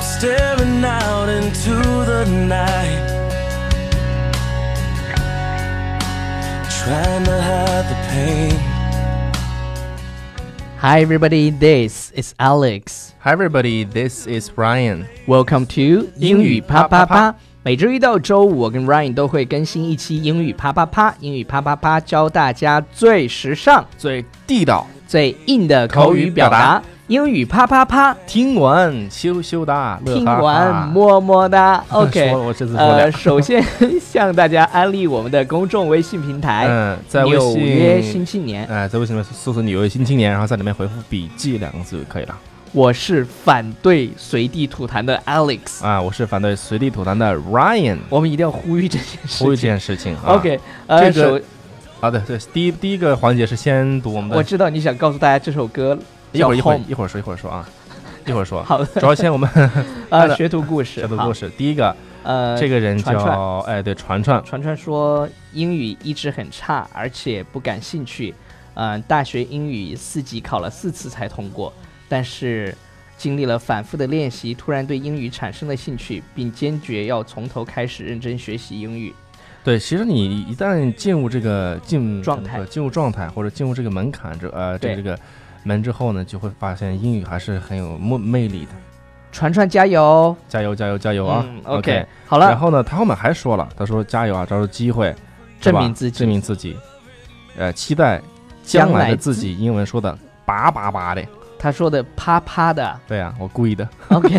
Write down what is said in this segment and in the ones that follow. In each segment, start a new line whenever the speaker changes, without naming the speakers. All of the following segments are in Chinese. staring out into the night. Trying to hide the pain.
Hi, everybody. This is Alex.
Hi, everybody. This is Ryan.
Welcome to 英
英
语
语
啪啪
啪啪
啪
啪。
每周一到周五，我跟 Ryan 都会更新一期英语啪啪啪。英语啪啪啪教大家最时尚、
最地道，
最硬的口语表达。英语啪啪啪，
听完羞羞哒，乐
听
哈哈
完么么 哒。
说
OK。
我这次说
呃，
了，
首先向大家安利我们的公众微信平台
嗯，
《
在微
纽约新
信，
青年》，
哎，在微信里面搜索“纽约新青年”，然后在里面回复“笔记”两个字就可以了。
我是反对随地吐痰的 Alex。
啊，我是反对随地吐痰的 Ryan，
我们一定要呼吁这件事情。
呼吁这件事情。啊
OK，呃，
这个
首
啊，对对，第一第一个环节是先读我们
我
的，
知道你想告诉大家这首歌
一会
叫
儿一会儿
Home，
一会儿说一会儿说啊，一 会儿说。
好的，
主要 先我们好
呃，
的
学徒故事，
这个故
好，
事，第一个
呃，
这个人
传传
叫哎对传传，
传传说英语一直很差，而且不感兴趣，嗯、大学英语四级考了四次才通过，但是经历了反复的练习，突然对英语产生了兴趣，并坚决要从头开始认真学习英语。
对，其实你一旦进入这个进
状
怎么
态
说进入状态或者进入这个门槛之呃这
对
个这个门之后呢，就会发现英语还是很有魅魅力的。
传传加油！
加油加油加油啊、
嗯
OK，
好
然
了，
后呢，他后面还说了，他说加油啊，抓住机会，是
证
吧
明自己
证明自己，呃，期待
将
将来
来
的自己。英文说的叭叭叭的，
他说的啪啪的。
对啊，我故意的。
OK，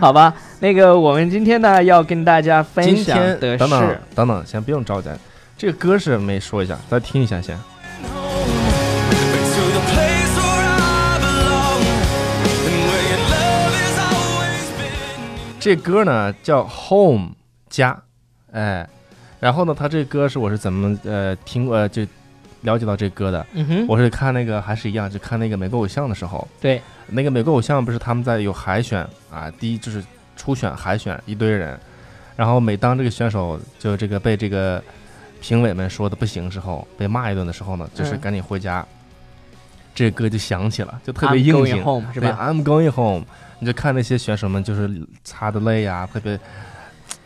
好吧，那个我们今天呢要跟大家分
今
享
天
的
等等
是，
等等，先不用着急，这个歌是没说一下，再听一下先。
To the place where I belong. And where your love has always been.
这歌呢叫《Home》家，哎，然后呢，他这歌是我是怎么呃听呃就了解到这歌的？
嗯哼，
我是看那个还是一样，就看那个美国偶像的时候，
对，
那个美国偶像不是他们在有海选啊，第一就是初选海选一堆人，然后每当这个选手就这个被这个评委们说的不行之后，被骂一顿的时候呢，就是
嗯
赶紧回家，这歌就响起了，就特
I'm
别应
going
景。
home 是
对啊
吧？
？I'm going home。你就看那些选手们，就是擦的泪呀、特别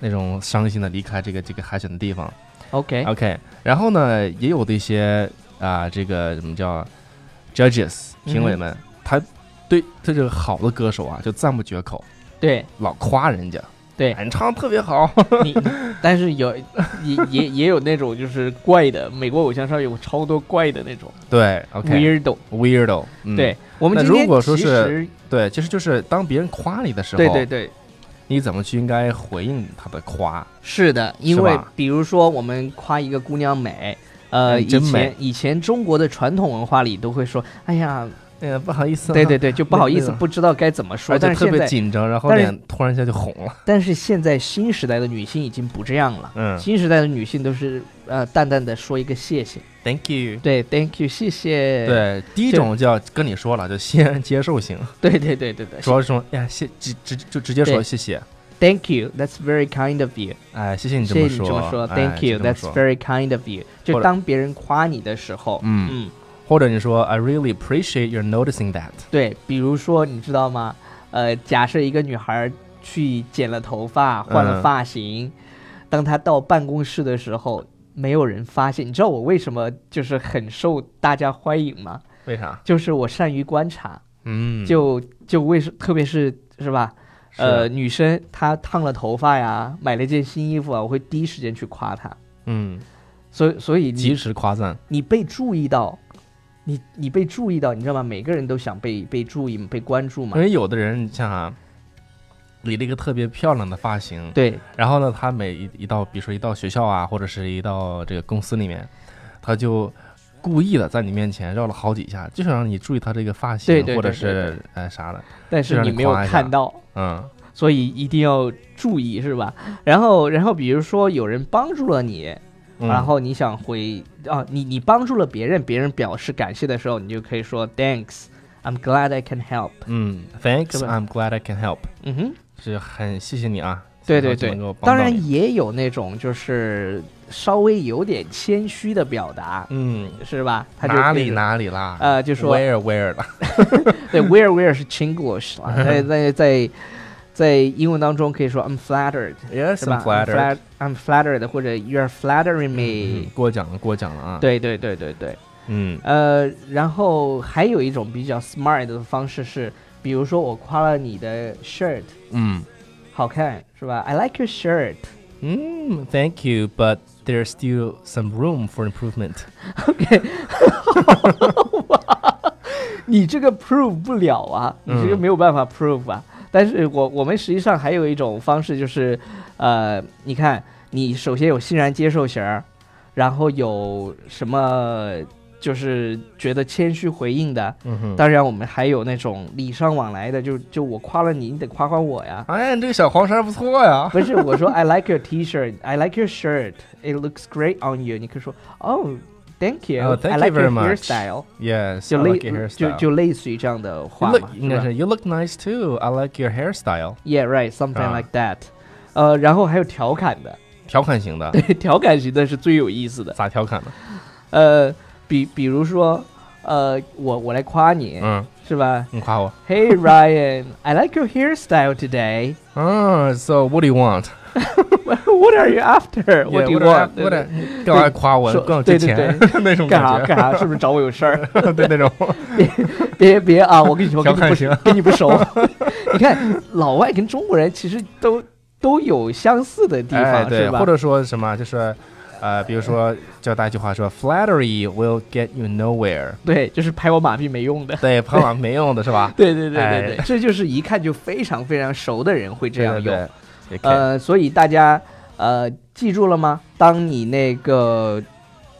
那种伤心的离开这个这个海选的地方。
？OK，
OK，然后呢，也有的一些啊、这个怎么叫 judges
嗯哼
评委们，他对对这个好的歌手啊，就赞不绝口，
对
老夸人家，
对
哎，你唱得特别 好。
你，但是有也也也有那种就是怪的，美国偶像上有超多怪的那种
对，OK，weirdo，、
weirdo。
嗯、
对我们
那
今天
如果说
其
是
实
对，其实就是当别人夸你的时候，
对对对，
你怎么去应该回应他的夸？
是的，因
是
为
吧
比如说我们夸一个姑娘美。呃，
嗯
以
真美
前以前中国的传统文化里都会说，哎 呀，
哎呀，不好意思、啊，
对对对，就不好意思，
那个
不知道该怎么说。
而且
但是
特
现
别
在
紧张，然后
但是
脸突然一下就红了。
但是现在新时代的女性已经不这样了，
嗯
新时代的女性都是呃淡淡的说一个谢谢，
，Thank you。
对，thank you，谢谢，
对，第一
这
种叫跟你说了，就先 接受型，
对对对对对对
主要是说，哎呀，谢直直就直接说
对
谢谢，
，thank you，that's very kind of you，
哎，谢谢你
谢
这
谢
么
你这
说，
么说
哎
，thank
就这么
you，that's
说
very kind of you，就
或者
当别人夸你的时候，
嗯
嗯，
或者你说，I really appreciate your noticing that。
对，比如说你知道吗？呃，假设一个女孩去剪了头发，换了
嗯
发型，当她到办公室的时候。没有人发现，你知道我为什么就是很受大家欢迎吗？
为啥？
就是我善于观察，
嗯，
就就为什，特别是是吧？
是啊
呃，，女生她烫了头发呀，买了件新衣服啊，我会第一时间去夸她。
嗯，
所以所以
及
你
时夸赞，
你被注意到，你你被注意到，你知道吗？每个人都想被被注意、被关注嘛
因。为有的人你像啊，理了一个特别漂亮的发型，
对
然后呢，他每一一到，比如说一到学校啊，或者是一到这个公司里面，他就故意的在你面前绕了好几下，就想让你注意他这个发型，
对对对
或者
对对
是呃啥的，
但是
让
你
你
没有
夸一下
看到，
嗯，
所以一定要注意，是吧？然后然后比如说有人帮助了你，
嗯
然后你想回啊，你你帮助了别人，别人表示感谢的时候，你就可以说 Thanks, I'm glad I can help。
嗯
是
，Thanks,
吧
I'm glad I can help，
嗯哼，
是很谢谢你啊，
对对
很高兴
对
能够，帮
当
到你
然也有那种就是稍微有点谦虚的表达，
嗯，
是吧？他就
哪
可以
里
说
哪里啦，
呃就说
where where 啦，
对，where where 是 Chinglish 啦，在在在在英文当中可以说 I'm flattered，
Yes,
是吧
I'm flattered.
I'm flattered，I'm flattered，或者 You're flattering
嗯
me、
过奖了，过奖了啊。，
对对对对对，
嗯
呃，然后还有一种比较 smart 的方式是，比如说我夸了你的 shirt
嗯
好看，是吧？I like your shirt 。
嗯，Thank you, but there's still some room for improvement。
你这个 prove 不了啊，你这个
嗯
没有办法 prove 啊。但是我我们实际上还有一种方式就是，呃，你看，你首先有欣然接受型儿，然后有什么就是觉得谦虚回应的。
嗯哼。。
当然，我们还有那种礼尚往来的，就就我夸了你，你得夸夸我呀
哎，你这个小黄衫不错呀。
不是我说 I like your T-shirt, I like your shirt, it looks great on you。你可以说 Oh, thank you,、
Oh, thank
I like
you
your
very much.
hairstyle。
Yes,
就
I
类、
like your
就
hairstyle.
就类似于这样的
You
话嘛
look，应该
吧
是 You look nice too. I like your hairstyle.
Yeah, right, something
啊
like that、呃，然后还有调侃的，
调侃型的，
对，调侃型的是最有意思的。
咋调侃 呢？
呃，比比如说，呃，我我来夸你、
嗯，
是吧
你夸我。
？Hey Ryan, I like your hairstyle today.
嗯，So what do you want?
What are you after?
Yeah,
What do you
are-
want?
What are- 干嘛还夸我？
说
更
对
借
对
钱 那种
干啥
感
干啥？是不是找我有事儿？
觉，对那种
别别啊！我跟你说，跟你不
调侃型。
跟你不熟。 你看，老外跟中国人其实都都有相似的地方，
哎，对，
是吧？
或者说什么，就是呃，比如说教大家一句话说，flattery will get you nowhere。
对，就是拍我马屁没用的。？
对，拍完没用的是吧
对对对对对，
哎
这就是一看就非常非常熟的人会这样
对
用。
对对，呃，
呃，所以大家呃记住了吗？当你那个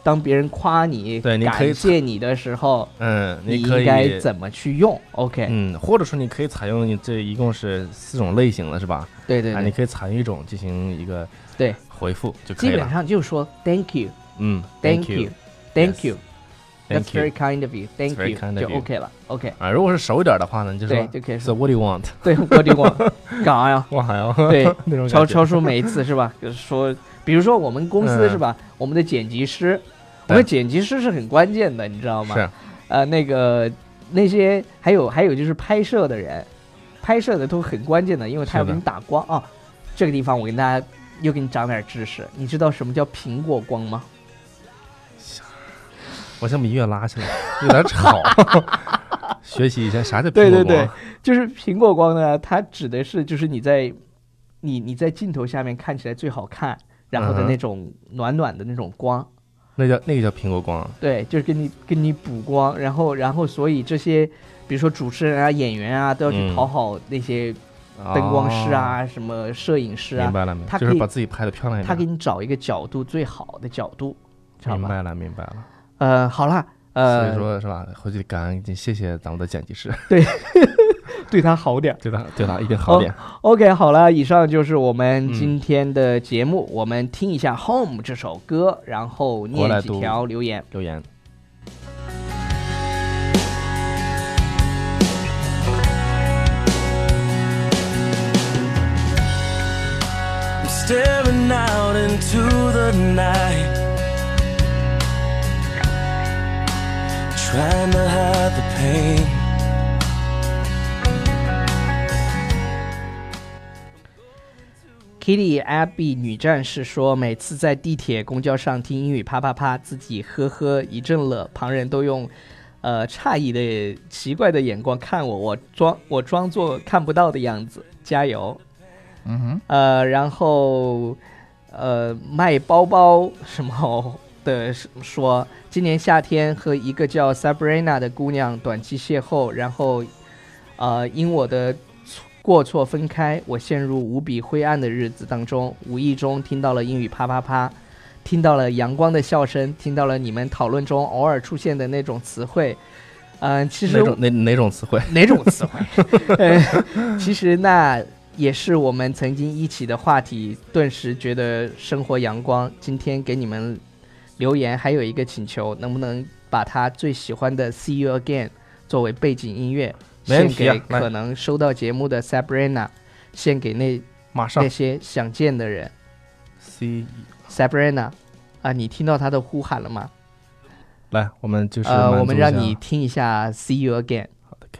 当别人夸你、
对你可以
感谢你的时候，
嗯，
你
你可
应该
以，
怎么去用？OK，、
嗯，或者说你可以采用这一共是四种类型了是吧？
对对
啊，你
对
可以采用一种进行一个
对，
回复就可
基
以
本
了。
上就说 Thank you，Thank
嗯，thank
you，Thank you。That's
you，thank
very
you。
kind of you. Thank
very
you.
kind of
就
you.
OK 了，OK。
啊，如果是熟一点的话呢，你就
对，
说
就可以
，So
说
what do you want？
对，我就管干啥呀？
我还要
对
那种
啊超
感觉。
超叔每一次是吧？就是说，比如说我们公司
嗯
是吧？我们的剪辑师，我们的剪辑师是很关键的，你知道吗？
是，啊
呃，那个那些还有还有就是拍摄的人，拍摄的都很关键的，因为他要
是
给
的
你打光啊。这个地方我跟大家又给你长点知识，你知道什么叫苹果光吗？
我先把音乐拉起来，有点吵。 学习一下啥 叫
对
苹
对
果
对
光，
就是苹果光呢，它指的是就是你在你你在镜头下面看起来最好看，然后的
嗯哼
那种暖暖的那种光。
那叫那个叫苹果光。
对，就是给你给你补光，然后然后所以这些，比如说主持人啊、演员啊，都要去
嗯
讨好那些灯光师啊、什么摄影师
哦，明
啊，
白了没？
他
就是
可以
把自己拍的漂亮一
他给
点。
你找一个角度最好的角度，知道
明
吧？
白了，明白了。
呃，好啦，
所以
呃，
说是吧？回去感恩，谢谢咱们的剪辑师，
对他好点儿。
对他对他一定
哦
好点。
OK，好了，以上就是我们
嗯
今天的节目，我们听一下《Home》这首歌，然后
我来
念几
读
条留言。
留言，
I'm staring out into the night. Trying to hide the pain.
k i t t y Abby 女战士说，每次在地铁、公交上听英语啪啪啪，自己呵呵一阵乐，旁人都用，呃，诧异的、奇怪的眼光看我，我装我装作看不到的样子，加油。嗯哼。呃，然后，呃，卖包包什么的说，今年夏天和一个叫 Sabrina 的姑娘短期邂逅，然后，呃，因我的过错分开，我陷入无比灰暗的日子当中，无意中听到了英语啪啪啪，听到了阳光的笑声，听到了你们讨论中偶尔出现的那种词汇。嗯、其实
哪种哪哪种词汇？
哪种词汇？ 呃，其实那也是我们曾经一起的话题，顿时觉得生活阳光。今天给你们留言，还有一个请求，能不能把他最喜欢的《See You Again》作为背景音乐，
没问
献
题啊
给可能收到节目的 Sabrina，献给那
马上
那些想见的人。
C
Sabrina，啊，你听到他的呼喊了吗？
来，我们就是
呃，我
满足
们
一
让
下
你听一下《See You Again》。
好的，OK。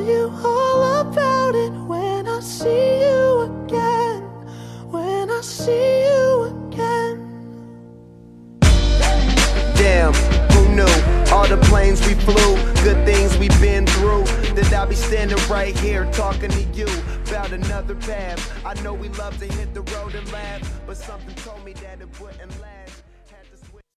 you all about it when I see you again. When I see you again.
Damn, who knew? All the planes we flew, good things we've been through. That I'll be standing right here talking to you about another path. I know we love to hit the road and laugh, but something told me that it wouldn't last.